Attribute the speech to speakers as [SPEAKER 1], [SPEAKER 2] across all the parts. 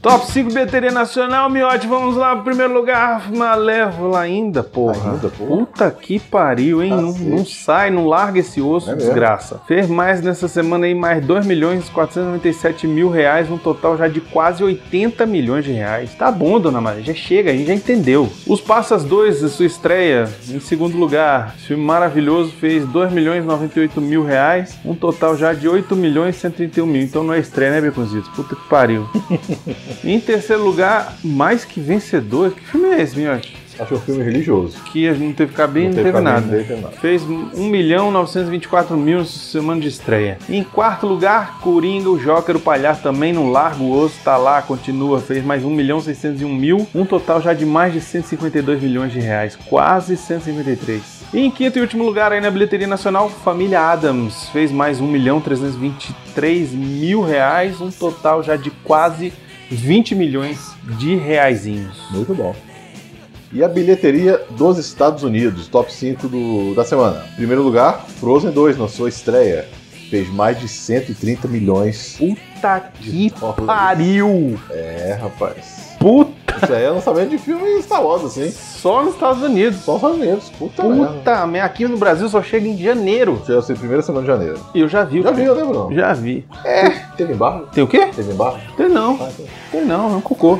[SPEAKER 1] Top 5 BTD Nacional, Miote, vamos lá. Primeiro lugar, Malévola ainda, porra.
[SPEAKER 2] Ainda, porra.
[SPEAKER 1] Puta que pariu, hein? Não,
[SPEAKER 2] Cacete.
[SPEAKER 1] não sai, não larga esse osso,
[SPEAKER 2] É mesmo.
[SPEAKER 1] desgraça. Fez mais nessa semana aí, mais 2 milhões e 497 mil reais, um total já de quase 80 milhões de reais. Tá bom, dona Maria, já chega, a gente já entendeu. Os Passas 2, a sua estreia, em segundo lugar. Esse filme maravilhoso fez 2 milhões e 98 mil reais, um total já de 8 milhões e 131 mil. Então não é estreia, né, Beconzitos? Puta que pariu. Em terceiro lugar, mais que vencedor. Que filme é esse, Miotti?
[SPEAKER 2] Achei um filme religioso.
[SPEAKER 1] Que não teve cabine, não, teve,
[SPEAKER 2] caminho,
[SPEAKER 1] nada.
[SPEAKER 2] Não teve nada.
[SPEAKER 1] Fez 1 milhão 924 mil semana de estreia. Em quarto lugar, Coringa, o Joker, o Palhaço também não larga o osso, tá lá, continua, fez mais 1 milhão 601 mil, um total já de mais de 152 milhões de reais, quase 153. E em quinto e último lugar aí na bilheteria nacional, Família Adams fez mais 1 milhão 323 mil reais, um total já de quase 20 milhões de reaisinhos.
[SPEAKER 2] Muito bom. E a bilheteria dos Estados Unidos, top 5 do- da semana. Em primeiro lugar, Frozen 2, na sua estreia. Fez mais de 130 milhões.
[SPEAKER 1] Puta que
[SPEAKER 2] dólares.
[SPEAKER 1] pariu!
[SPEAKER 2] É, rapaz.
[SPEAKER 1] Puta
[SPEAKER 2] Isso aí é lançamento de filme Star Wars, assim.
[SPEAKER 1] Só nos Estados Unidos.
[SPEAKER 2] Só os Estados Unidos. Puta, merda.
[SPEAKER 1] Puta merda, aqui no Brasil só chega em janeiro.
[SPEAKER 2] Chega a ser primeira semana de janeiro.
[SPEAKER 1] E eu já vi. o
[SPEAKER 2] Já
[SPEAKER 1] filme.
[SPEAKER 2] viu, né, Bruno?
[SPEAKER 1] Já vi.
[SPEAKER 2] Teve embargo?
[SPEAKER 1] Tem o quê?
[SPEAKER 2] Teve embargo?
[SPEAKER 1] Tem não.
[SPEAKER 2] Ah, então.
[SPEAKER 1] Tem não, é um cocô.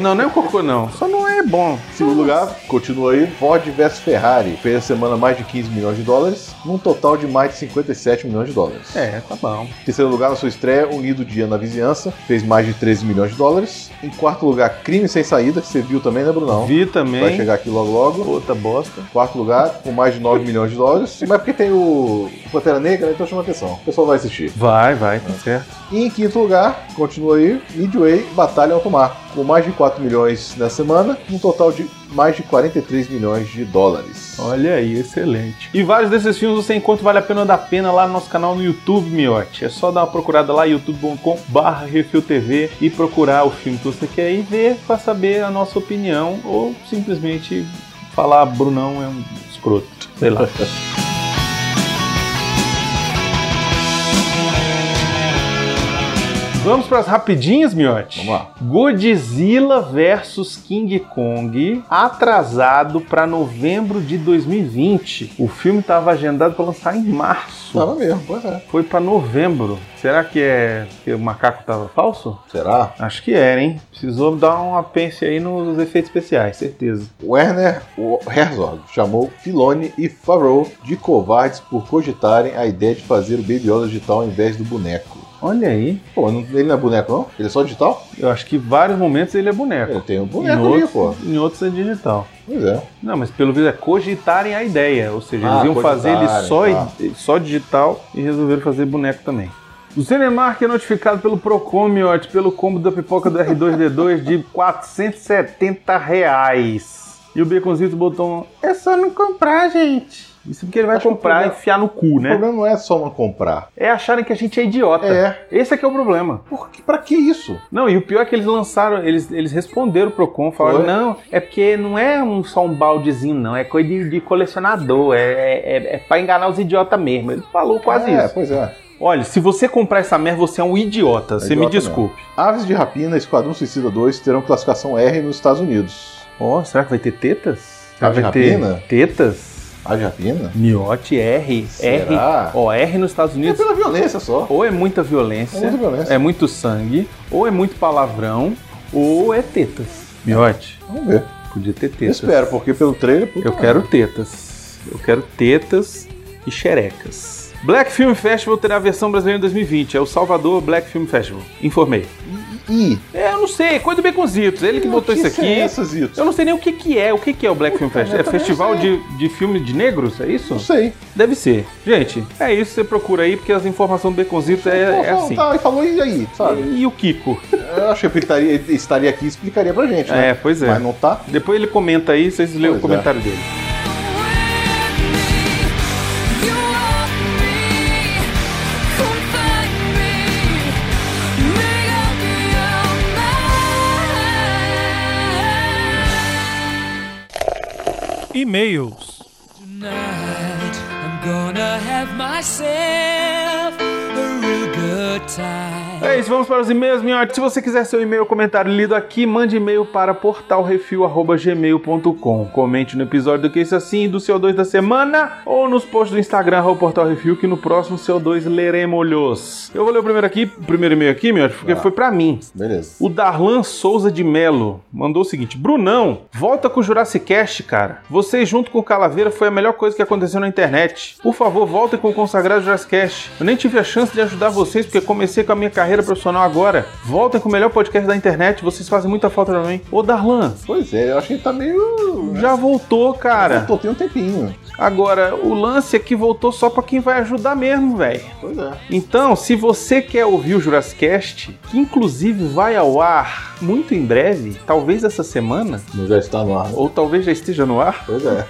[SPEAKER 1] não, não é um cocô não. Só não é bom.
[SPEAKER 2] Segundo lugar, continua aí, Ford vs Ferrari. Fez a semana mais de 15 milhões de dólares, num total de mais de 57 milhões de dólares.
[SPEAKER 1] É, tá bom.
[SPEAKER 2] Em terceiro lugar, na sua estreia, Unido Dia na Vizinhança, fez mais de 13 milhões de dólares. Em quarto lugar, Crime Sem Saída, que você viu também, né, Brunão?
[SPEAKER 1] Vi
[SPEAKER 2] Vai
[SPEAKER 1] também.
[SPEAKER 2] chegar aqui logo logo.
[SPEAKER 1] Outra bosta.
[SPEAKER 2] Em quarto lugar, com mais de 9 milhões de dólares. Mas é porque tem o Pantera Negra, então chama atenção. O pessoal vai assistir.
[SPEAKER 1] Vai, vai, tá certo.
[SPEAKER 2] E em quinto lugar, continua aí, Midway Batalha Alto Mar, com mais de 4 milhões na semana, um total de mais de 43 milhões de dólares.
[SPEAKER 1] Olha aí, excelente. E vários desses filmes você encontra Vale a Pena ou da Pena lá no nosso canal no YouTube, Miote. É só dar uma procurada lá, youtube.com barra RefilTV e procurar o filme que você quer e ver pra saber a nossa opinião ou "Ah, simplesmente falar Brunão é um escroto. Sei lá. Vamos para as rapidinhas, Miotti?
[SPEAKER 2] Vamos lá.
[SPEAKER 1] Godzilla versus King Kong, atrasado para novembro de 2020. O filme estava agendado para lançar em março.
[SPEAKER 2] Tava mesmo, pois é.
[SPEAKER 1] Foi para novembro. Será que é que o macaco tava falso?
[SPEAKER 2] Será?
[SPEAKER 1] Acho que era, hein? Precisou dar uma pence aí nos efeitos especiais, certeza.
[SPEAKER 2] Werner o Herzog chamou Filoni e Favreau de covardes por cogitarem a ideia de fazer o Baby Yoda digital ao invés do boneco.
[SPEAKER 1] Olha aí.
[SPEAKER 2] Pô, não- ele não é boneco, não? Ele é só digital?
[SPEAKER 1] Eu acho que em vários momentos ele é boneco.
[SPEAKER 2] Ele tem um
[SPEAKER 1] em,
[SPEAKER 2] boneco ali, pô.
[SPEAKER 1] outros, em outros é digital.
[SPEAKER 2] Pois é.
[SPEAKER 1] Não, mas pelo visto é cogitarem a ideia, ou seja,
[SPEAKER 2] Ah,
[SPEAKER 1] eles iam
[SPEAKER 2] cogitarem,
[SPEAKER 1] fazer ele só,
[SPEAKER 2] tá.
[SPEAKER 1] e- só digital e resolveram fazer boneco também. O Cinemark é notificado pelo Procon, Miotti, pelo combo da pipoca do R2-D2 de R$ 470 reais. E o Beconzito botou um, é só não comprar, gente. Isso porque ele vai
[SPEAKER 2] Acho que o
[SPEAKER 1] comprar e
[SPEAKER 2] problema-
[SPEAKER 1] enfiar no cu,
[SPEAKER 2] O
[SPEAKER 1] né?
[SPEAKER 2] problema não é só não comprar.
[SPEAKER 1] É acharem que a gente é idiota.
[SPEAKER 2] É.
[SPEAKER 1] Esse é que é o problema.
[SPEAKER 2] Por que, pra que isso?
[SPEAKER 1] Não, e o pior é que eles lançaram, eles, eles responderam pro Procon, falaram,
[SPEAKER 2] Foi?
[SPEAKER 1] não, é porque não é um, só um baldezinho, não, é coisa de, de colecionador, é, é, é, é pra enganar os idiotas mesmo. Ele falou quase
[SPEAKER 2] é,
[SPEAKER 1] isso.
[SPEAKER 2] pois é.
[SPEAKER 1] Olha, se você comprar essa merda, você é um idiota, você me
[SPEAKER 2] idiota
[SPEAKER 1] desculpe.
[SPEAKER 2] Aves de Rapina e Esquadrão Suicida 2 terão classificação R nos Estados Unidos.
[SPEAKER 1] Ó, será que vai ter tetas? Será
[SPEAKER 2] Tá
[SPEAKER 1] que vai
[SPEAKER 2] de
[SPEAKER 1] ter
[SPEAKER 2] rapina?
[SPEAKER 1] tetas?
[SPEAKER 2] Aves de Rapina?
[SPEAKER 1] Miote R, R,
[SPEAKER 2] Será?
[SPEAKER 1] ó, R nos Estados
[SPEAKER 2] É
[SPEAKER 1] Unidos,
[SPEAKER 2] pela violência só.
[SPEAKER 1] ou é muita
[SPEAKER 2] É
[SPEAKER 1] violência,
[SPEAKER 2] muita violência.
[SPEAKER 1] é muito sangue, ou é muito palavrão, ou é tetas. Miote,
[SPEAKER 2] Vamos ver.
[SPEAKER 1] podia ter
[SPEAKER 2] Eu
[SPEAKER 1] tetas.
[SPEAKER 2] espero, porque pelo trailer... puta
[SPEAKER 1] Eu
[SPEAKER 2] merda.
[SPEAKER 1] quero tetas. Eu quero tetas e xerecas. Black Film Festival terá a versão brasileira em 2020. É o Salvador Black Film Festival. Informei.
[SPEAKER 2] E...
[SPEAKER 1] É, eu não sei. Coisa do Beconzitos. Ele que botou isso
[SPEAKER 2] notícia é
[SPEAKER 1] aqui.
[SPEAKER 2] essa, Zito?
[SPEAKER 1] Eu não sei nem o que, que é. O que, que é o Black Film Festival? É
[SPEAKER 2] também
[SPEAKER 1] festival
[SPEAKER 2] não sei.
[SPEAKER 1] de, de filme de negros? É isso?
[SPEAKER 2] Não sei.
[SPEAKER 1] Deve ser. Gente, é isso. Você procura aí, porque as informações do Beconzitos é, é
[SPEAKER 2] Pô,
[SPEAKER 1] assim.
[SPEAKER 2] tá, ele falou e aí, sabe?
[SPEAKER 1] E o Kiko?
[SPEAKER 2] Eu acho que ele estaria, ele estaria aqui e explicaria pra gente, né?
[SPEAKER 1] É, pois é.
[SPEAKER 2] Mas não tá.
[SPEAKER 1] Depois ele comenta aí, vocês leem o
[SPEAKER 2] Pois é.
[SPEAKER 1] comentário dele.
[SPEAKER 3] You want me, come find me, make up your mind.
[SPEAKER 4] E-mails.
[SPEAKER 3] Tonight I'm gonna have myself a real good time.
[SPEAKER 1] É isso, vamos para os e-mails, Minhote. Se você quiser seu e-mail ou comentário lido aqui, mande e-mail para portalrefil.gmail.com. Comente no episódio do Que Isso Assim e do CO2 da semana ou nos posts do Instagram arroba Portal Refil, que no próximo CO2 leremos. Eu vou ler o primeiro aqui, o primeiro e-mail aqui, Minhote, porque foi para mim.
[SPEAKER 2] Beleza.
[SPEAKER 1] O Darlan Souza de Melo mandou o seguinte: Brunão, volta com o Jurassic Cast, cara. Você junto com o Calaveira foi a melhor coisa que aconteceu na internet. Por favor, voltem com o consagrado Jurassic Cast. Eu nem tive a chance de ajudar vocês porque comecei com a minha carreira profissional agora. Voltem com o melhor podcast da internet, vocês fazem muita falta pra mim. Ô Darlan,
[SPEAKER 2] Pois é, eu acho que ele tá meio.
[SPEAKER 1] já voltou, cara.
[SPEAKER 2] Tô tem um tempinho.
[SPEAKER 1] Agora, o lance é que voltou só pra quem vai ajudar mesmo, velho.
[SPEAKER 2] Pois é.
[SPEAKER 1] Então, se você quer ouvir o Jurassicast, que inclusive vai ao ar muito em breve, talvez essa semana,
[SPEAKER 2] Não já está no ar.
[SPEAKER 1] ou talvez já esteja no ar.
[SPEAKER 2] Pois é.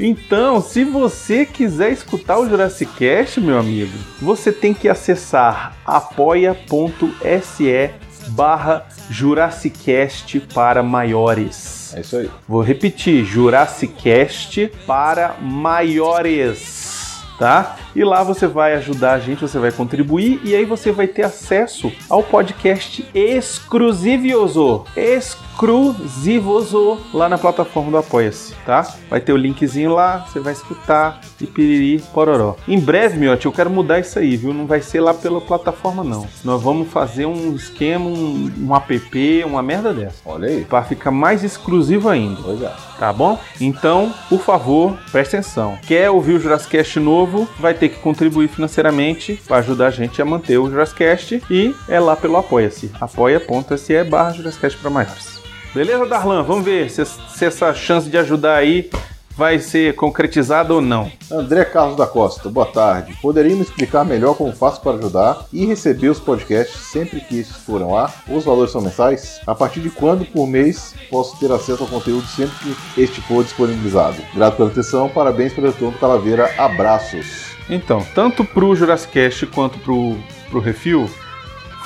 [SPEAKER 1] Então, se você quiser escutar o Jurassicast, meu amigo, você tem que acessar apoia.se barra Jurassicast para maiores.
[SPEAKER 2] É isso aí.
[SPEAKER 1] Vou repetir, Jurassicast para maiores, tá? E lá você vai ajudar a gente, você vai contribuir e aí você vai ter acesso ao podcast exclusivoso, exclusivoso lá na plataforma do Apoia-se, tá? Vai ter o linkzinho lá, você vai escutar e piriri pororó. Em breve, meu tio, eu quero mudar isso aí, viu? Não vai ser lá pela plataforma não. Nós vamos fazer um esquema, um, um app, uma merda dessa
[SPEAKER 2] Olha aí.
[SPEAKER 1] para ficar mais exclusivo ainda,
[SPEAKER 2] Pois é.
[SPEAKER 1] tá bom? Então, por favor, preste atenção. Quer ouvir o Jurassicast novo? Vai ter que contribuir financeiramente para ajudar a gente a manter o Jurassicast e é lá pelo Apoia-se. apoia.se barra Jurassicast para maiores. Beleza, Darlan? Vamos ver se, se essa chance de ajudar aí vai ser concretizada ou não.
[SPEAKER 2] André Carlos da Costa, boa tarde. Poderia me explicar melhor como faço para ajudar e receber os podcasts sempre que esses foram lá? Os valores são mensais? A partir de quando por mês posso ter acesso ao conteúdo sempre que este for disponibilizado? Grato pela atenção, parabéns pelo retorno Calaveira, abraços.
[SPEAKER 1] Então, tanto pro Jurassicast quanto pro, pro Refil,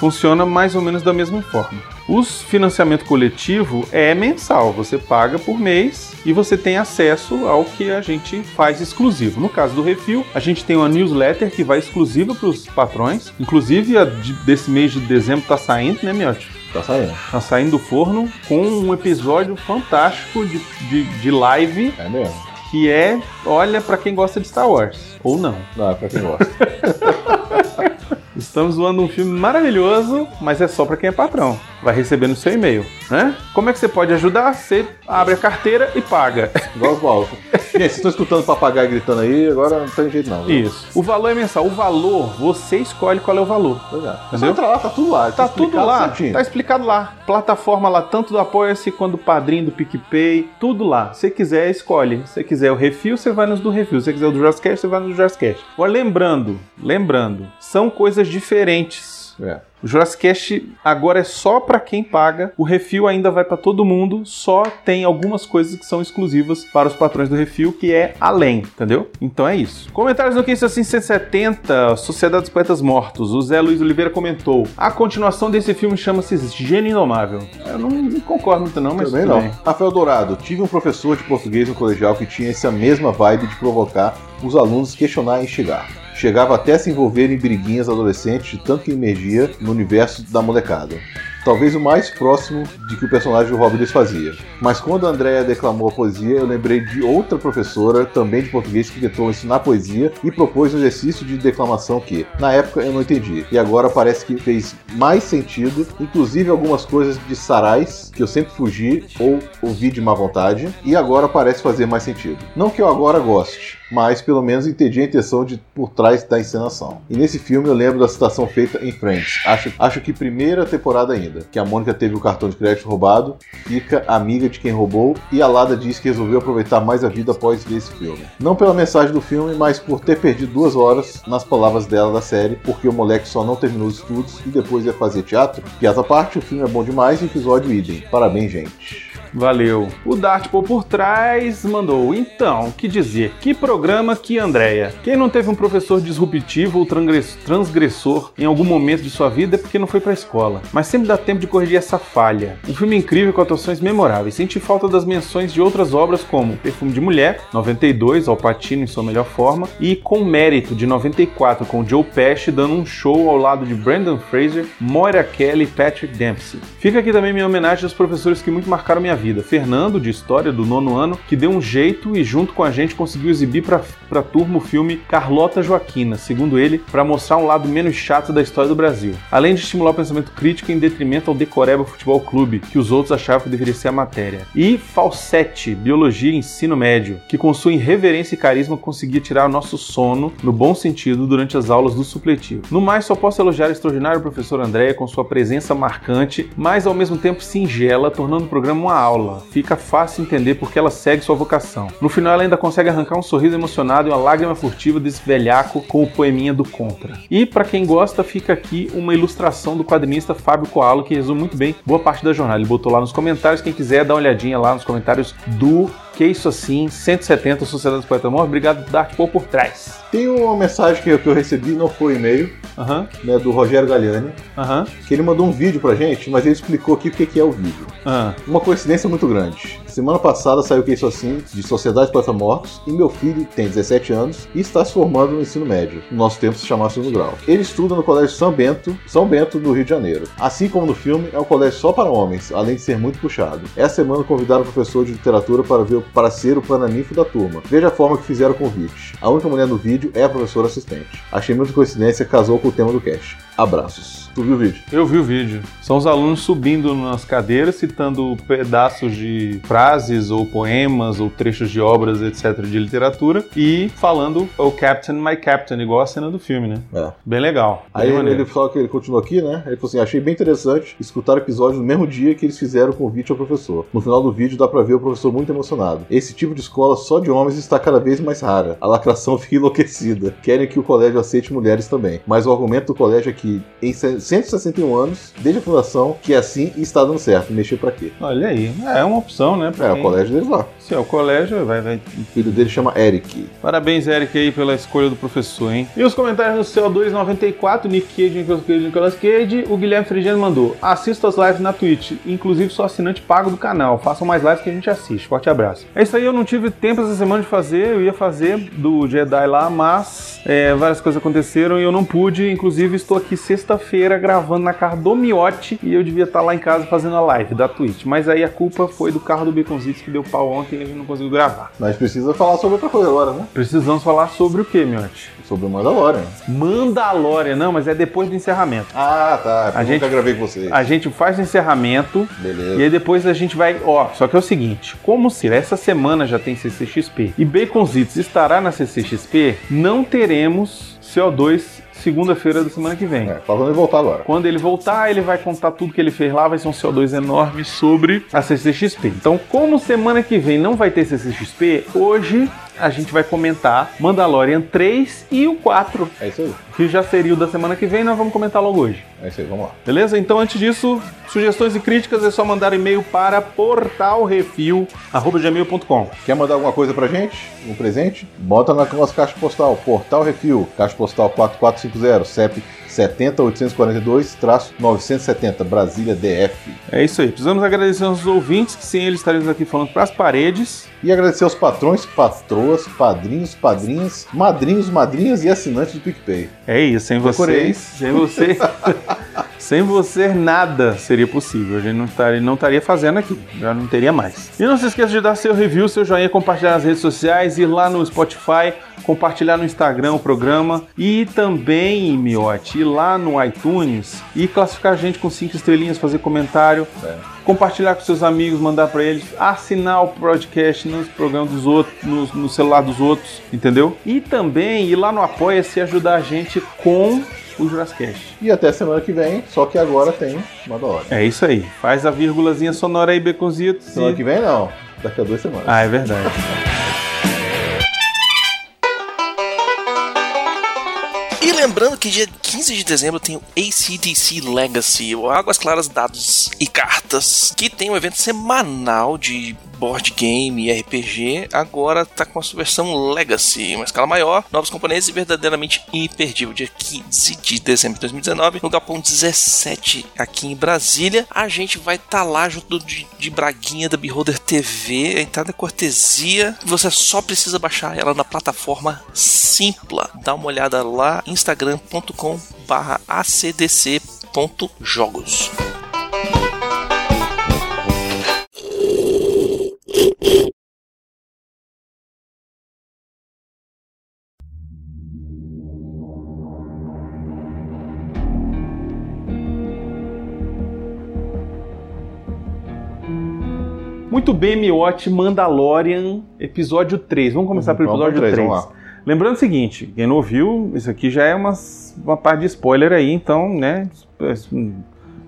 [SPEAKER 1] funciona mais ou menos da mesma forma. Os financiamento coletivo é mensal, você paga por mês e você tem acesso ao que a gente faz exclusivo. No caso do Refil, a gente tem uma newsletter que vai exclusiva para os patrões, inclusive a de- desse mês de dezembro está saindo, né, Miotti?
[SPEAKER 2] Tá saindo.
[SPEAKER 1] Tá saindo do forno com um episódio fantástico de, de, de live
[SPEAKER 2] É mesmo.
[SPEAKER 1] que é, olha, para quem gosta de Star Wars, ou não.
[SPEAKER 2] Não, é pra quem gosta.
[SPEAKER 1] Estamos zoando um filme maravilhoso, mas é só para quem é patrão. Vai receber no seu e-mail, né? Como é que você pode ajudar? Você abre a carteira e paga.
[SPEAKER 2] Igual o álcool. Gente, vocês estão escutando o papagaio gritando aí, agora não tem jeito não. viu?
[SPEAKER 1] Isso. O valor é mensal. O valor, você escolhe qual é o valor.
[SPEAKER 2] Pois é. É só
[SPEAKER 1] Entendeu?
[SPEAKER 2] entrar lá, tá tudo lá.
[SPEAKER 1] Tá tudo
[SPEAKER 2] explicado
[SPEAKER 1] lá,
[SPEAKER 2] certinho.
[SPEAKER 1] tá explicado lá. Plataforma lá, tanto do Apoia-se quanto do Padrinho, do PicPay, tudo lá. Se quiser, escolhe. Se quiser o refil, você vai nos do refil. Se quiser o do Jazzcast, você vai nos do Jazzcast. Agora, lembrando, lembrando, são coisas diferentes.
[SPEAKER 2] É.
[SPEAKER 1] O Jurassic Cast agora é só pra quem paga. O refil ainda vai pra todo mundo. Só tem algumas coisas que são exclusivas para os patrões do refil, que é além, entendeu? Então é isso. Comentários no Assim 1570, Sociedade dos Poetas Mortos. O Zé Luiz Oliveira comentou: A continuação desse filme chama-se Gênio Inomável. Eu não concordo muito, não, mas
[SPEAKER 2] Também
[SPEAKER 1] tudo
[SPEAKER 2] não.
[SPEAKER 1] bem.
[SPEAKER 2] Rafael Dourado, tive um professor de português no colegial que tinha essa mesma vibe de provocar os alunos questionar e instigar. Chegava até a se envolver em briguinhas adolescentes de tanto que emergia no universo da molecada. Talvez o mais próximo de que o personagem do Robbins fazia. Mas quando a Andrea declamou a poesia, eu lembrei de outra professora, também de português, que tentou ensinar poesia e propôs um exercício de declamação que, na época, eu não entendi. E agora parece que fez mais sentido, inclusive algumas coisas de sarais, que eu sempre fugi ou ouvi de má vontade, e agora parece fazer mais sentido. Não que eu agora goste, mas pelo menos entendi a intenção de por trás da encenação. E nesse filme eu lembro da citação feita em Friends. Acho, acho que primeira temporada ainda, que a Mônica teve o cartão de crédito roubado, fica amiga de quem roubou, e a Lada diz que resolveu aproveitar mais a vida após ver esse filme. Não pela mensagem do filme, mas por ter perdido duas horas nas palavras dela da série, porque o moleque só não terminou os estudos e depois ia fazer teatro. Piada à parte, o filme é bom demais e o episódio idem. Parabéns, gente.
[SPEAKER 1] Valeu. O Dartpo por trás mandou. Então, que dizer? Que programa que Andréia? Quem não teve um professor disruptivo ou transgress- transgressor em algum momento de sua vida é porque não foi pra escola. Mas sempre dá tempo de corrigir essa falha. Um filme incrível com atuações memoráveis. Senti falta das menções de outras obras como Perfume de Mulher, 92, Al Pacino em sua melhor forma, e Com Mérito, de 94, com Joe Pesci dando um show ao lado de Brandon Fraser, Moira Kelly e Patrick Dempsey. Fica aqui também minha homenagem aos professores que muito marcaram minha vida. Fernando, de História, do nono ano, que deu um jeito e junto com a gente conseguiu exibir pra, pra turma o filme Carlota Joaquina, segundo ele, para mostrar um lado menos chato da história do Brasil. Além de estimular o pensamento crítico em detrimento ao Decoreba Futebol Clube, que os outros achavam que deveria ser a matéria. E Falsete, Biologia e Ensino Médio, que com sua irreverência e carisma conseguia tirar o nosso sono, no bom sentido, durante as aulas do supletivo. No mais, só Então, posso elogiar o extraordinário professor Andréia com sua presença marcante, mas ao mesmo tempo singela, tornando o programa uma aula. Fica fácil entender porque ela segue sua vocação. No final, ela ainda consegue arrancar um sorriso emocionado e uma lágrima furtiva desse velhaco com o poeminha do Contra. E para quem gosta, fica aqui uma ilustração do quadrinista Fábio Coalo, que resume muito bem boa parte da jornada. Ele botou lá nos comentários, quem quiser dá uma olhadinha lá nos comentários do Que Isso Assim, 170 Sociedade dos Poetas Mortos. Obrigado, Dark Paul, por trás.
[SPEAKER 2] Tem uma mensagem que eu, que eu recebi, não foi e-mail,
[SPEAKER 1] Aham,
[SPEAKER 2] né, do Rogério Galiani,
[SPEAKER 1] aham,
[SPEAKER 2] que ele mandou um vídeo pra gente, mas ele explicou aqui o que que é o vídeo.
[SPEAKER 1] aham.
[SPEAKER 2] Uma coincidência muito grande. Semana passada saiu o Que Isso Assim, de Sociedade Plata Mortos, e meu filho tem 17 anos e está se formando no ensino médio. No nosso tempo se chamava segundo grau. Ele estuda no Colégio São Bento, São Bento, do Rio de Janeiro. Assim como no filme, é um colégio só para homens, além de ser muito puxado. Essa semana convidaram o professor de literatura para, ver, para ser o plananifo da turma. Veja a forma que fizeram o convite. A única mulher no vídeo é a professora assistente. Achei muita coincidência, casou com o tema do cast. Abraços. Tu viu o vídeo?
[SPEAKER 1] Eu vi o vídeo. São os alunos subindo nas cadeiras, citando pedaços de frases ou poemas ou trechos de obras, etc., de literatura, e falando o Captain, my Captain, igual a cena do filme, né?
[SPEAKER 2] É.
[SPEAKER 1] Bem legal. Bem
[SPEAKER 2] Aí ele,
[SPEAKER 1] maneiro.
[SPEAKER 2] ele fala que ele continua aqui, né? Ele falou assim: achei bem interessante escutar o episódio no mesmo dia que eles fizeram o convite ao professor. No final do vídeo dá pra ver o professor muito emocionado. Esse tipo de escola só de homens está cada vez mais rara. A lacração fica enlouquecida. Querem que o colégio aceite mulheres também. Mas o argumento do colégio é que que em 161 anos, desde a fundação, que é assim e está dando certo. Mexer pra quê?
[SPEAKER 1] Olha aí, é uma opção, né? pra
[SPEAKER 2] É, o
[SPEAKER 1] quem-
[SPEAKER 2] colégio deles lá.
[SPEAKER 1] Se é o colégio, vai, vai.
[SPEAKER 2] O filho dele chama Eric.
[SPEAKER 1] Parabéns, Eric, aí, pela escolha do professor, hein? E os comentários no CO294, Nick Cage, Nicolas Cage, Nicolas Cage, o Guilherme Frigeno mandou. Assista as lives na Twitch, inclusive sou assinante pago do canal. Façam mais lives que a gente assiste. Forte abraço. É isso aí, eu não tive tempo essa semana de fazer, eu ia fazer do Jedi lá, mas é, várias coisas aconteceram e eu não pude. Inclusive, estou aqui sexta-feira gravando na casa do Miotti e eu devia estar lá em casa fazendo a live da Twitch. Mas aí a culpa foi do carro do Baconzitos que deu pau ontem e a gente não conseguiu gravar.
[SPEAKER 2] Mas precisa falar sobre outra coisa agora, né?
[SPEAKER 1] Precisamos falar sobre o que, Miotti?
[SPEAKER 2] Sobre o Mandalorian.
[SPEAKER 1] Mandalorian, não, mas é depois do encerramento.
[SPEAKER 2] Ah, tá. Eu
[SPEAKER 1] A
[SPEAKER 2] nunca
[SPEAKER 1] gente-
[SPEAKER 2] gravei com vocês.
[SPEAKER 1] A gente faz o encerramento
[SPEAKER 2] Beleza.
[SPEAKER 1] e aí depois a gente vai. Ó, só que é o seguinte: como se essa semana já tem CCXP e Baconzitos estará na CCXP, não teremos CO2 segunda-feira da semana que vem.
[SPEAKER 2] É, falando em voltar agora.
[SPEAKER 1] Quando ele voltar, ele vai contar tudo que ele fez lá, vai ser um CO2 enorme sobre a CCXP. Então, como semana que vem não vai ter CCXP, hoje a gente vai comentar Mandalorian 3 e o 4,
[SPEAKER 2] É isso aí.
[SPEAKER 1] que já seria o da semana que vem, nós vamos comentar logo hoje.
[SPEAKER 2] É isso aí, vamos lá.
[SPEAKER 1] Beleza? Então, antes disso, sugestões e críticas é só mandar e-mail para portalrefil@gmail.com.
[SPEAKER 2] Quer mandar alguma coisa pra gente? Um presente? Bota na nossa caixa postal, Portal Refil, caixa postal 4450, CEP 70842-970, Brasília DF.
[SPEAKER 1] É isso aí. Precisamos agradecer aos nossos ouvintes, que sem eles estaremos aqui falando para as paredes.
[SPEAKER 2] E agradecer aos patrões, patroas, padrinhos, padrinhas, madrinhos, madrinhas e assinantes do PicPay.
[SPEAKER 1] É isso, sem
[SPEAKER 2] Decorei.
[SPEAKER 1] vocês, sem você, sem você nada seria possível. A gente não estaria, não estaria fazendo aqui, já não teria mais. E não se esqueça de dar seu review, seu joinha, compartilhar nas redes sociais, ir lá no Spotify, compartilhar no Instagram o programa e também, Miote, ir lá no iTunes e classificar a gente com cinco estrelinhas, fazer comentário, compartilhar com seus amigos, mandar pra eles, assinar o podcast nos programas dos outros, nos- no, celular dos outros, entendeu? E também ir lá no Apoia-se e ajudar a gente com o Jurassicast.
[SPEAKER 2] E até semana que vem, só que agora tem Mandalorian.
[SPEAKER 1] É isso aí. Faz a vírgulazinha sonora aí, Beconzitos.
[SPEAKER 2] Semana
[SPEAKER 1] E...
[SPEAKER 2] que vem não, daqui a duas semanas.
[SPEAKER 1] Ah, é verdade.
[SPEAKER 4] E lembrando que dia 15 de dezembro tem o ACDC Legacy, ou Águas Claras Dados e Cartas, que tem um evento semanal de board game e RPG. Agora tá com a sua versão Legacy, uma escala maior, novos componentes e verdadeiramente imperdível. Dia 15 de dezembro de 2019, no Galpão 17, aqui em Brasília. A gente vai estar lá junto do- de, de Braguinha da Beholder TV. A entrada é cortesia. Você só precisa baixar ela na plataforma Simpla. Dá uma olhada lá, instagram.com barra acdc.jogos.
[SPEAKER 1] Muito bem, Miote, Mandalorian, episódio 3. Vamos começar pelo
[SPEAKER 2] Vamos
[SPEAKER 1] episódio
[SPEAKER 2] pro
[SPEAKER 1] 3.
[SPEAKER 2] três, vamos
[SPEAKER 1] Lembrando o seguinte, quem não ouviu, isso aqui já é uma, uma parte de spoiler aí, então, né, não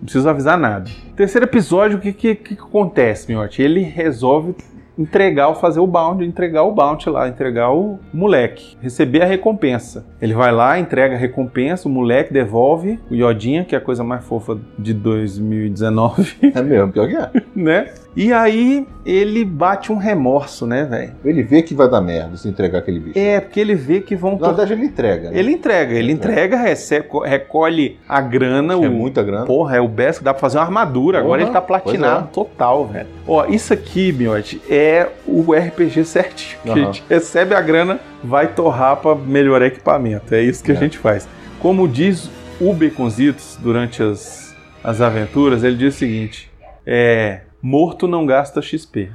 [SPEAKER 1] preciso avisar nada. Terceiro episódio, o que, que, que acontece, Miote? Ele resolve entregar, o- fazer o bounty, entregar o bounty lá, entregar o moleque, receber a recompensa. Ele vai lá, entrega a recompensa, o moleque devolve o Iodinha, que é a coisa mais fofa de 2019,
[SPEAKER 2] É mesmo, pior que é.
[SPEAKER 1] né? E aí ele bate um remorso, né, velho?
[SPEAKER 2] Ele vê que vai dar merda se entregar aquele bicho.
[SPEAKER 1] É, porque ele vê que vão.
[SPEAKER 2] Na verdade ele entrega, né?
[SPEAKER 1] Ele entrega, ele entrega, rece- recolhe a grana,
[SPEAKER 2] é
[SPEAKER 1] o.
[SPEAKER 2] muita grana.
[SPEAKER 1] Porra, é o best, dá pra fazer uma armadura. Agora
[SPEAKER 2] Porra,
[SPEAKER 1] ele tá platinado
[SPEAKER 2] pois é.
[SPEAKER 1] total, velho. Ó, isso aqui, Miote, é o RPG certinho. Que a
[SPEAKER 2] Aham.
[SPEAKER 1] gente recebe a grana, vai torrar pra melhorar equipamento. É isso que
[SPEAKER 2] É.
[SPEAKER 1] a gente faz. Como diz o Baconzitos durante as, as aventuras, ele diz o seguinte: é. Morto não gasta XP.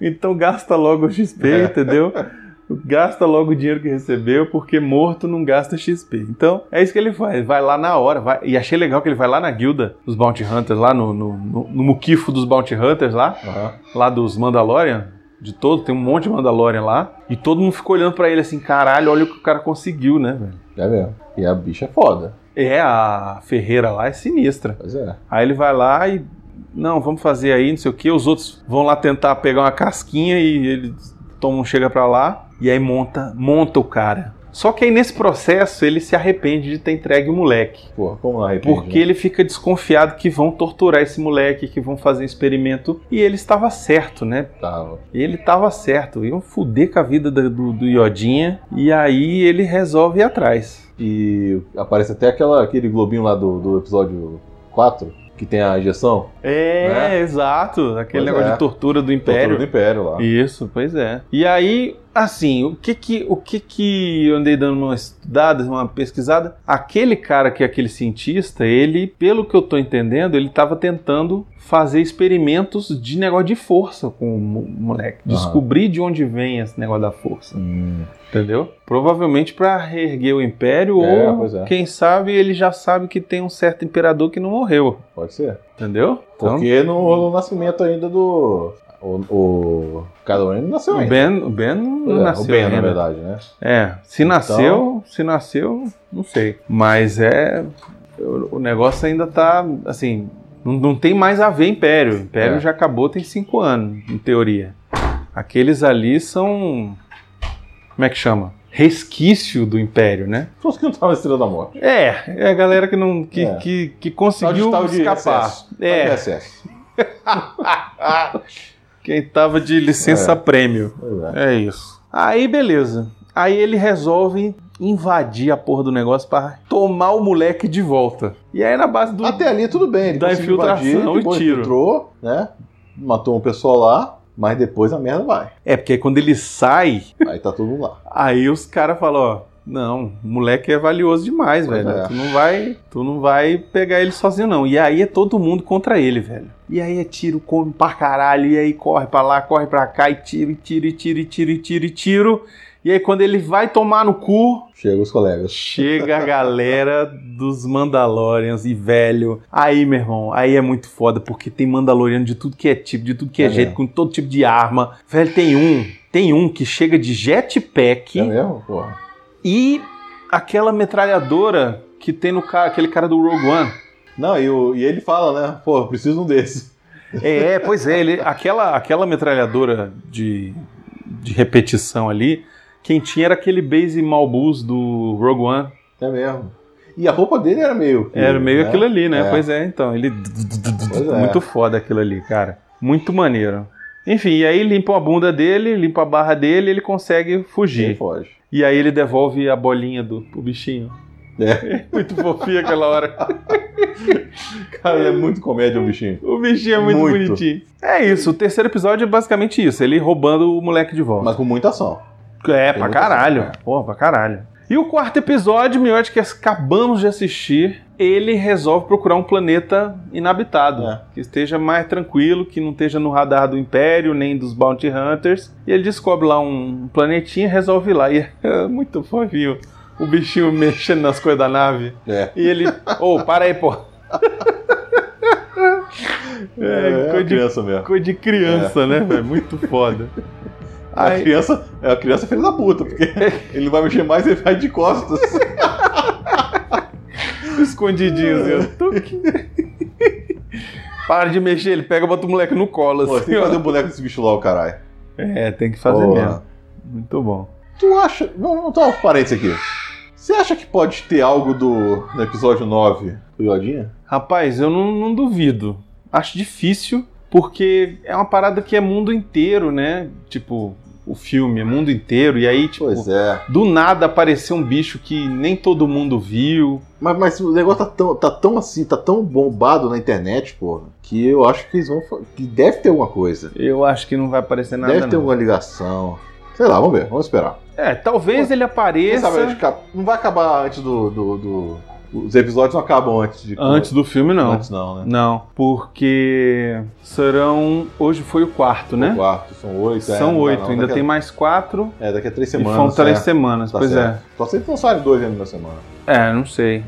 [SPEAKER 1] então gasta logo o XP,
[SPEAKER 2] É.
[SPEAKER 1] entendeu? Gasta logo o dinheiro que recebeu, porque morto não gasta XP. Então, é isso que ele faz. Vai lá na hora. vai- E achei legal que ele vai lá na guilda dos Bounty Hunters, lá no, no, no- no muquifo dos Bounty Hunters, lá,
[SPEAKER 2] Aham.
[SPEAKER 1] lá dos Mandalorian. De todo, tem um monte de Mandalorian lá. E todo mundo ficou olhando pra ele assim: caralho, olha o que o cara conseguiu, né, velho?
[SPEAKER 2] É mesmo. E a bicha é foda.
[SPEAKER 1] É, a Ferreira lá é sinistra.
[SPEAKER 2] Pois é.
[SPEAKER 1] Aí ele vai lá e. Não, vamos fazer aí, não sei o que. Os outros vão lá tentar pegar uma casquinha e ele toma um chega pra lá. E aí monta, monta o cara. Só que aí nesse processo ele se arrepende de ter entregue o moleque.
[SPEAKER 2] Porra, como não arrepende?
[SPEAKER 1] Porque ele fica desconfiado que vão torturar esse moleque, que vão fazer um experimento. E ele estava certo, né?
[SPEAKER 2] né? Tava.
[SPEAKER 1] Ele estava certo. Iam fuder com a vida do, do, do Iodinha. E aí ele resolve ir atrás.
[SPEAKER 2] E aparece até aquela, aquele globinho lá do, do episódio 4, que tem a injeção.
[SPEAKER 1] É,
[SPEAKER 2] Né?
[SPEAKER 1] exato. Aquele
[SPEAKER 2] Pois
[SPEAKER 1] negócio
[SPEAKER 2] é.
[SPEAKER 1] de tortura do
[SPEAKER 2] Tortura
[SPEAKER 1] Império.
[SPEAKER 2] Do Império lá.
[SPEAKER 1] Isso, pois é. E aí, assim, o que que, o que que eu andei dando uma estudada, uma pesquisada? Aquele cara que é aquele cientista, ele, pelo que eu tô entendendo, ele tava tentando fazer experimentos de negócio de força com o mo- moleque.
[SPEAKER 2] Aham.
[SPEAKER 1] Descobrir de onde vem esse negócio da força,
[SPEAKER 2] Hum,
[SPEAKER 1] entendeu? Provavelmente pra reerguer o império
[SPEAKER 2] É,
[SPEAKER 1] ou,
[SPEAKER 2] pois é.
[SPEAKER 1] quem sabe, ele já sabe que tem um certo imperador que não morreu,
[SPEAKER 2] pode ser.
[SPEAKER 1] entendeu? Então,
[SPEAKER 2] Porque não rolou o nascimento ainda do. O, o Kylo Ren não nasceu
[SPEAKER 1] Então, o
[SPEAKER 2] ainda.
[SPEAKER 1] Ben, o ben não,
[SPEAKER 2] Pois
[SPEAKER 1] não
[SPEAKER 2] é,
[SPEAKER 1] nasceu
[SPEAKER 2] o Ben, na
[SPEAKER 1] ainda.
[SPEAKER 2] verdade, né?
[SPEAKER 1] É, se nasceu, se nasceu, não sei. Mas é. o- O negócio ainda tá. Assim. Não, não tem mais a ver Império. O Império
[SPEAKER 2] É.
[SPEAKER 1] já acabou tem cinco anos, em teoria. Aqueles ali são. Como é que chama? Resquício do Império, né?
[SPEAKER 2] Foi os que não tava na Estrela da Morte.
[SPEAKER 1] É, é a galera que não. que,
[SPEAKER 2] É.
[SPEAKER 1] que, que conseguiu
[SPEAKER 2] Tal de- tal de
[SPEAKER 1] escapar.
[SPEAKER 2] excesso. Tal de
[SPEAKER 1] É,
[SPEAKER 2] excesso.
[SPEAKER 1] quem tava de licença prêmio.
[SPEAKER 2] Pois é.
[SPEAKER 1] É isso. Aí beleza. Aí ele resolve invadir a porra do negócio pra tomar o moleque de volta. E aí na base do
[SPEAKER 2] Até ali tudo bem, ele
[SPEAKER 1] Da
[SPEAKER 2] conseguiu
[SPEAKER 1] infiltração
[SPEAKER 2] invadir,
[SPEAKER 1] e
[SPEAKER 2] depois
[SPEAKER 1] tiro.
[SPEAKER 2] infiltrou, né? Matou um pessoal lá, mas depois a merda vai.
[SPEAKER 1] É porque aí quando ele sai,
[SPEAKER 2] Aí tá todo mundo lá.
[SPEAKER 1] aí os caras falam, ó, não, o moleque é valioso demais,
[SPEAKER 2] Pois
[SPEAKER 1] velho.
[SPEAKER 2] é.
[SPEAKER 1] Tu não vai, tu não vai pegar ele sozinho não. E aí é todo mundo contra ele, velho. E aí é tiro, come pra caralho, e aí corre pra lá, corre pra cá, e tiro, e tiro, e tiro, e tiro, e tiro, e tiro. E aí quando ele vai tomar no cu,
[SPEAKER 2] Chega os colegas.
[SPEAKER 1] Chega a galera dos Mandalorians e velho. Aí, meu irmão, aí é muito foda, porque tem Mandaloriano de tudo que é tipo, de tudo que é,
[SPEAKER 2] É
[SPEAKER 1] jeito,
[SPEAKER 2] mesmo.
[SPEAKER 1] com todo tipo de arma. Velho, tem um, tem um que chega de jetpack
[SPEAKER 2] É mesmo? Porra.
[SPEAKER 1] e aquela metralhadora que tem no cara, aquele cara do Rogue One.
[SPEAKER 2] Não, e, o- e ele fala, né? Pô, eu preciso de um desse.
[SPEAKER 1] É, é, pois é, ele- aquela, aquela metralhadora de, de repetição ali, quem tinha era aquele base Malbus do Rogue One.
[SPEAKER 2] É mesmo. E a roupa dele era meio. que,
[SPEAKER 1] É, Era meio
[SPEAKER 2] né?
[SPEAKER 1] aquilo ali, né?
[SPEAKER 2] É.
[SPEAKER 1] Pois é, então. Ele.
[SPEAKER 2] é.
[SPEAKER 1] Muito foda aquilo ali, cara. Muito maneiro. Enfim, e aí limpa a bunda dele, limpa a barra dele, ele consegue
[SPEAKER 2] Ele
[SPEAKER 1] fugir.
[SPEAKER 2] foge.
[SPEAKER 1] E aí ele devolve a bolinha do pro bichinho.
[SPEAKER 2] É.
[SPEAKER 1] Muito fofinho aquela hora.
[SPEAKER 2] Cara, ele é muito comédia, o bichinho.
[SPEAKER 1] O bichinho é muito,
[SPEAKER 2] Muito.
[SPEAKER 1] bonitinho. É isso, o terceiro episódio é basicamente isso, ele roubando o moleque de volta.
[SPEAKER 2] Mas com muita ação.
[SPEAKER 1] É,
[SPEAKER 2] Tem
[SPEAKER 1] pra
[SPEAKER 2] muita
[SPEAKER 1] caralho.
[SPEAKER 2] coisa, cara.
[SPEAKER 1] Pô, pra caralho. E o quarto episódio, Miotti, que acabamos de assistir, ele resolve procurar um planeta inabitado.
[SPEAKER 2] É.
[SPEAKER 1] Que esteja mais tranquilo, que não esteja no radar do Império, nem dos Bounty Hunters. E ele descobre lá um planetinha e resolve ir lá. E é muito fofinho. O bichinho mexendo nas coisas da nave.
[SPEAKER 2] É.
[SPEAKER 1] E ele. Ô, para aí, pô. É, coisa, de,
[SPEAKER 2] uma É, criança mesmo.
[SPEAKER 1] coisa de criança,
[SPEAKER 2] É.
[SPEAKER 1] né, velho? Muito foda.
[SPEAKER 2] A criança, é a criança é filha da puta, porque ele não vai mexer mais, ele vai de costas.
[SPEAKER 1] escondidinho, assim, ó. Tuque. Para de mexer, ele pega e bota o moleque no colo,
[SPEAKER 2] Pô,
[SPEAKER 1] assim,
[SPEAKER 2] tem que
[SPEAKER 1] ó.
[SPEAKER 2] fazer um boneco desse bicho lá, o caralho.
[SPEAKER 1] É, tem que fazer
[SPEAKER 2] Pô,
[SPEAKER 1] mesmo. Muito bom.
[SPEAKER 2] Tu acha. Vamos montar uns um parênteses aqui. Você acha que pode ter algo do. no episódio 9 do Iodinha?
[SPEAKER 1] Rapaz, eu não, não duvido. Acho difícil, porque é uma parada que é mundo inteiro, né? Tipo, o filme é mundo inteiro, e aí, tipo,
[SPEAKER 2] Pois é.
[SPEAKER 1] do nada apareceu um bicho que nem todo mundo viu.
[SPEAKER 2] Mas, mas o negócio tá tão, tá tão assim, tá tão bombado na internet, porra, que eu acho que eles vão. fa- que deve ter alguma coisa.
[SPEAKER 1] Eu acho que não vai aparecer nada,
[SPEAKER 2] deve ter
[SPEAKER 1] não.
[SPEAKER 2] alguma ligação. Sei lá, vamos ver, vamos esperar.
[SPEAKER 1] É, talvez ele
[SPEAKER 2] Quem
[SPEAKER 1] apareça
[SPEAKER 2] sabe a gente acaba- não vai acabar antes do, do- do- Os episódios não acabam antes de.
[SPEAKER 1] antes do filme, não.
[SPEAKER 2] Antes não, né?
[SPEAKER 1] Não, porque serão. Hoje foi o quarto, né?
[SPEAKER 2] O quarto, são oito. é,
[SPEAKER 1] São
[SPEAKER 2] não dá
[SPEAKER 1] oito,
[SPEAKER 2] não.
[SPEAKER 1] ainda
[SPEAKER 2] Daqui a-
[SPEAKER 1] tem mais quatro.
[SPEAKER 2] É, daqui a três
[SPEAKER 1] e
[SPEAKER 2] semanas.
[SPEAKER 1] são três
[SPEAKER 2] é.
[SPEAKER 1] semanas,
[SPEAKER 2] Tá
[SPEAKER 1] pois
[SPEAKER 2] certo. Só se eles lançarem dois ainda na semana.
[SPEAKER 1] é. É, não sei,
[SPEAKER 2] Né?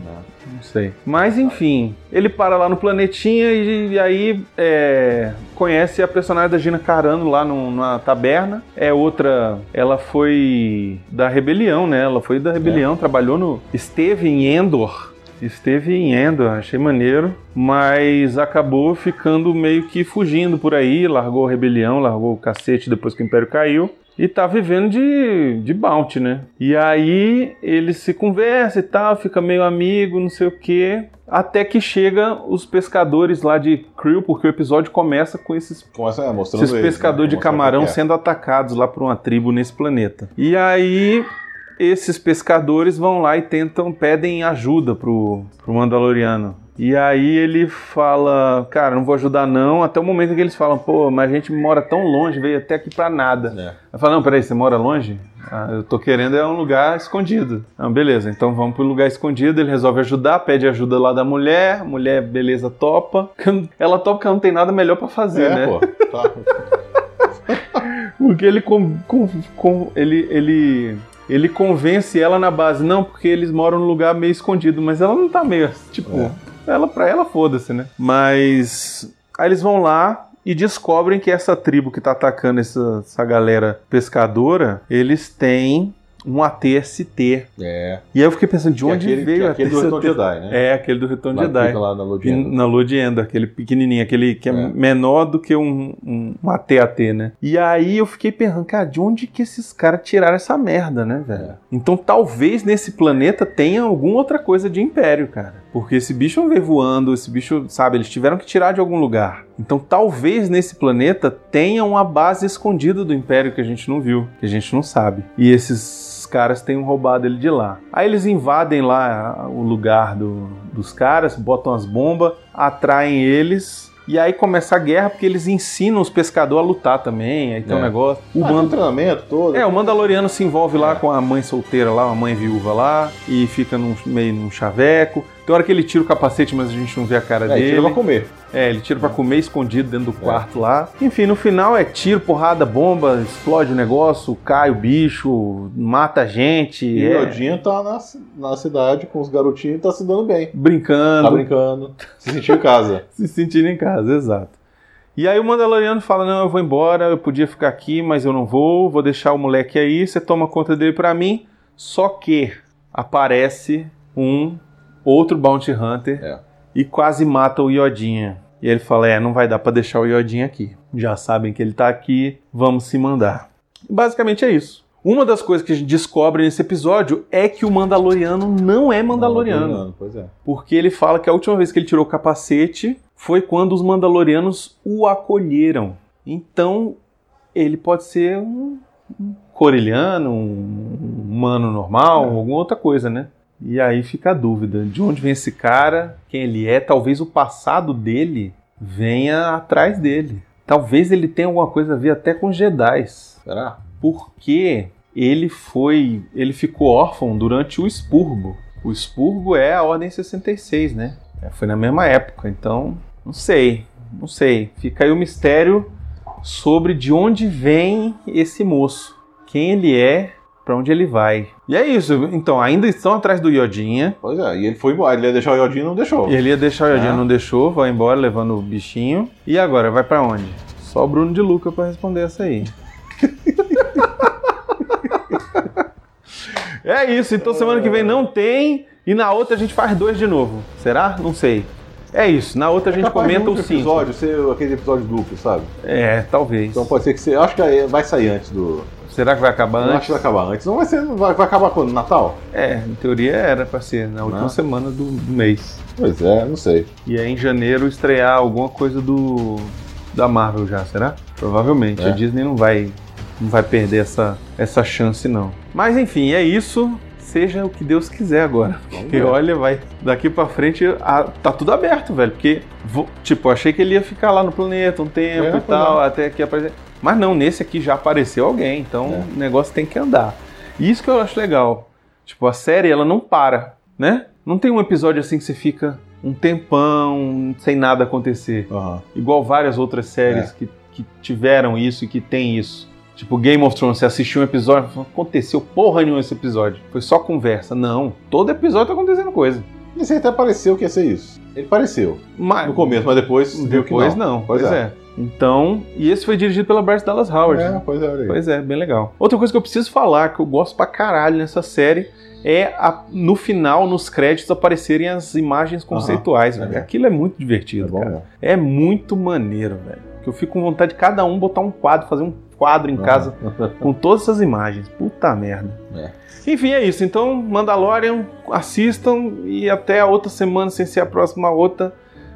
[SPEAKER 1] não sei. Mas enfim, ele para lá no planetinha e, e aí é, conhece a personagem da Gina Carano lá no- na taberna. É outra. Ela foi da rebelião, né? Ela foi da rebelião, trabalhou no. Esteve em Endor. Esteve em Endor, achei maneiro, mas acabou ficando meio que fugindo por aí, largou a rebelião, largou o cacete depois que o Império caiu. e tá vivendo de, de bounty, né? E aí ele se conversa e tal, fica meio amigo, não sei o quê. Até que chega os pescadores lá de Crew, porque o episódio começa com esses
[SPEAKER 2] Começa é, mostrando
[SPEAKER 1] esses
[SPEAKER 2] eles,
[SPEAKER 1] pescadores
[SPEAKER 2] né?
[SPEAKER 1] de
[SPEAKER 2] Mostrando
[SPEAKER 1] camarão
[SPEAKER 2] quem é.
[SPEAKER 1] sendo atacados lá por uma tribo nesse planeta. E aí esses pescadores vão lá e tentam, pedem ajuda pro, pro Mandaloriano. E aí ele fala, cara, não vou ajudar não, até o momento em que eles falam, pô, mas a gente mora tão longe, veio até aqui pra nada.
[SPEAKER 2] É.
[SPEAKER 1] Ela fala, não, peraí, você mora longe? Ah, eu tô querendo é um lugar escondido. Ah, beleza, então vamos pro lugar escondido. Ele resolve ajudar, pede ajuda lá da mulher. a Mulher, beleza, topa. Ela topa porque ela não tem nada melhor pra fazer,
[SPEAKER 2] É,
[SPEAKER 1] né?
[SPEAKER 2] pô. Tá.
[SPEAKER 1] Porque ele, com, com, com- ele, ele, ele convence ela na base, não, porque eles moram num lugar meio escondido, mas ela não tá meio, tipo,
[SPEAKER 2] É.
[SPEAKER 1] ela pra ela foda-se, né? Mas aí eles vão lá e descobrem que essa tribo que tá atacando essa, essa galera pescadora, eles têm um ATST.
[SPEAKER 2] É.
[SPEAKER 1] E aí eu fiquei pensando, de
[SPEAKER 2] Que é
[SPEAKER 1] onde
[SPEAKER 2] aquele,
[SPEAKER 1] veio
[SPEAKER 2] que é
[SPEAKER 1] a
[SPEAKER 2] aquele do Retorno Jedi, né?
[SPEAKER 1] É, aquele do Retorno
[SPEAKER 2] Lá que
[SPEAKER 1] Jedi.
[SPEAKER 2] fica lá na
[SPEAKER 1] Que
[SPEAKER 2] Lodinha.
[SPEAKER 1] na Lua de Enda, aquele pequenininho, aquele que é,
[SPEAKER 2] É.
[SPEAKER 1] menor do que um, um, um AT-AT, né? E aí eu fiquei pensando, cara, de onde que esses caras tiraram essa merda, né, velho?
[SPEAKER 2] É.
[SPEAKER 1] Então talvez nesse planeta tenha alguma outra coisa de império, cara. Porque esse bicho não veio voando, esse bicho, sabe, eles tiveram que tirar de algum lugar. Então talvez nesse planeta tenha uma base escondida do império que a gente não viu, que a gente não sabe. E esses caras tenham roubado ele de lá. Aí eles invadem lá o lugar do- dos caras, botam as bombas, atraem eles. E aí começa a guerra porque eles ensinam os pescadores a lutar também. Aí tem um
[SPEAKER 2] É.
[SPEAKER 1] negócio. O
[SPEAKER 2] Ah, tem
[SPEAKER 1] mando-
[SPEAKER 2] um treinamento todo.
[SPEAKER 1] é, o Mandaloriano se envolve lá
[SPEAKER 2] É.
[SPEAKER 1] com a mãe solteira lá, a mãe viúva lá, e fica num- meio num chaveco. Tem hora que ele tira o capacete, mas a gente não vê a cara
[SPEAKER 2] É,
[SPEAKER 1] dele.
[SPEAKER 2] tira pra comer. É.
[SPEAKER 1] É, ele tira pra comer escondido dentro do quarto lá. Enfim, no final é tiro, porrada, bomba, explode o negócio, cai o bicho, mata a gente.
[SPEAKER 2] E
[SPEAKER 1] é,
[SPEAKER 2] o Yodinho tá na, na cidade com os garotinhos e tá se dando bem. Tá
[SPEAKER 1] brincando,
[SPEAKER 2] brincando. Se sentiu em casa.
[SPEAKER 1] se sentindo em casa, exato. E aí o Mandaloriano fala: Não, eu vou embora, eu podia ficar aqui, mas eu não vou, vou deixar o moleque aí, você toma conta dele pra mim. Só que aparece um outro Bounty Hunter
[SPEAKER 2] É.
[SPEAKER 1] e quase mata o Iodinha. E ele fala: É, não vai dar pra deixar o Iodinha aqui. Já sabem que ele tá aqui, vamos se mandar. Basicamente é isso. Uma das coisas que a gente descobre nesse episódio é que o Mandaloriano não é Mandaloriano.
[SPEAKER 2] Pois é.
[SPEAKER 1] Porque ele fala que a última vez que ele tirou o capacete foi quando os Mandalorianos o acolheram. Então, ele pode ser um, um coreliano, um humano normal, alguma outra coisa, né? E aí fica a dúvida: de onde vem esse cara? Quem ele é? Talvez o passado dele venha atrás dele. Talvez ele tenha alguma coisa a ver até com Jedi's
[SPEAKER 2] Será?
[SPEAKER 1] porque ele foi, ele ficou órfão durante o expurgo. O expurgo é a ordem 66, né? É, Foi na mesma época, então não sei, não sei. Fica aí o mistério sobre de onde vem esse moço, quem ele é, pra onde ele vai. E é isso. Então ainda estão atrás do Iodinha.
[SPEAKER 2] Pois é. E ele foi embora. Ele ia deixar o Yodinho e não deixou.
[SPEAKER 1] E ele ia deixar o Iodinha,
[SPEAKER 2] Ah.
[SPEAKER 1] não deixou, vai embora levando o bichinho. E agora vai pra onde? Só o Bruno de Luca pra responder essa aí. é isso, então semana que vem não tem e na outra a gente faz dois de novo. Será? Não sei. É isso, na outra a gente
[SPEAKER 2] Capaz de
[SPEAKER 1] comenta
[SPEAKER 2] um
[SPEAKER 1] o
[SPEAKER 2] outro
[SPEAKER 1] 5.
[SPEAKER 2] episódio ser aquele episódio duplo, sabe?
[SPEAKER 1] É, talvez.
[SPEAKER 2] Então pode ser que você. Acho que vai sair antes do.
[SPEAKER 1] Será que vai acabar
[SPEAKER 2] Não acho que
[SPEAKER 1] antes?
[SPEAKER 2] vai acabar antes. Não vai ser. Vai, vai acabar quando? Natal?
[SPEAKER 1] É, em teoria era pra ser na última
[SPEAKER 2] Não.
[SPEAKER 1] semana do, do mês.
[SPEAKER 2] Pois é, não sei.
[SPEAKER 1] E aí em janeiro estrear alguma coisa do da Marvel já, será? Provavelmente.
[SPEAKER 2] É.
[SPEAKER 1] A Disney não vai não vai perder essa, essa chance não. Mas enfim, é isso. Seja o que Deus quiser agora.
[SPEAKER 2] Vamos
[SPEAKER 1] Porque
[SPEAKER 2] ver.
[SPEAKER 1] olha, vai daqui pra frente a- tá tudo aberto, velho, porque vo- tipo, achei que ele ia ficar lá no planeta um tempo
[SPEAKER 2] É,
[SPEAKER 1] e
[SPEAKER 2] pois
[SPEAKER 1] tal, até que aparecer. Mas não, nesse aqui já apareceu alguém, então
[SPEAKER 2] É.
[SPEAKER 1] o negócio tem que andar. E isso que eu acho legal. Tipo, a série ela não para, né? Não tem um episódio assim que você fica um tempão sem nada acontecer.
[SPEAKER 2] Aham.
[SPEAKER 1] Igual várias outras
[SPEAKER 2] É.
[SPEAKER 1] séries que, que tiveram isso e que tem isso. Tipo, Game of Thrones, você assistiu um episódio, não aconteceu porra nenhuma esse episódio. Foi só conversa. Não, todo episódio tá acontecendo coisa.
[SPEAKER 2] Esse aí até pareceu que ia ser isso. Ele pareceu.
[SPEAKER 1] Mas,
[SPEAKER 2] No começo, mas depois. viu que
[SPEAKER 1] depois não. Pois,
[SPEAKER 2] Pois
[SPEAKER 1] é. Então, e esse foi dirigido pela Bryce Dallas Howard.
[SPEAKER 2] É, pois é, olha aí.
[SPEAKER 1] Pois é, bem legal. Outra coisa que eu preciso falar, que eu gosto pra caralho nessa série, é a- no final, nos créditos, aparecerem as imagens conceituais,
[SPEAKER 2] Aham.
[SPEAKER 1] velho. Aquilo é muito
[SPEAKER 2] É
[SPEAKER 1] divertido,
[SPEAKER 2] bom,
[SPEAKER 1] cara.
[SPEAKER 2] né?
[SPEAKER 1] É muito maneiro, velho.
[SPEAKER 2] Porque
[SPEAKER 1] que eu fico com vontade de cada um botar um quadro, fazer um quadro em casa com todas essas imagens. Puta merda.
[SPEAKER 2] É.
[SPEAKER 1] Enfim, é isso. Então, Mandalorian, assistam e até a outra semana, sem ser a próxima outra,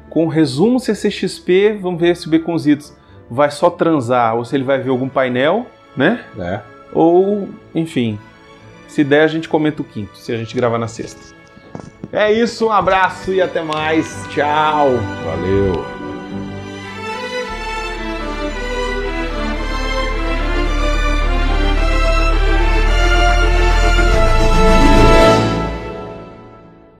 [SPEAKER 1] com o resumo CCXP. Vamos ver se o Beconzitos vai só transar ou se ele vai ver algum painel, né?
[SPEAKER 2] É.
[SPEAKER 1] Ou, enfim, se der, a gente comenta o quinto, se a gente gravar na sexta. É isso, um abraço e até mais. Tchau!
[SPEAKER 2] Valeu.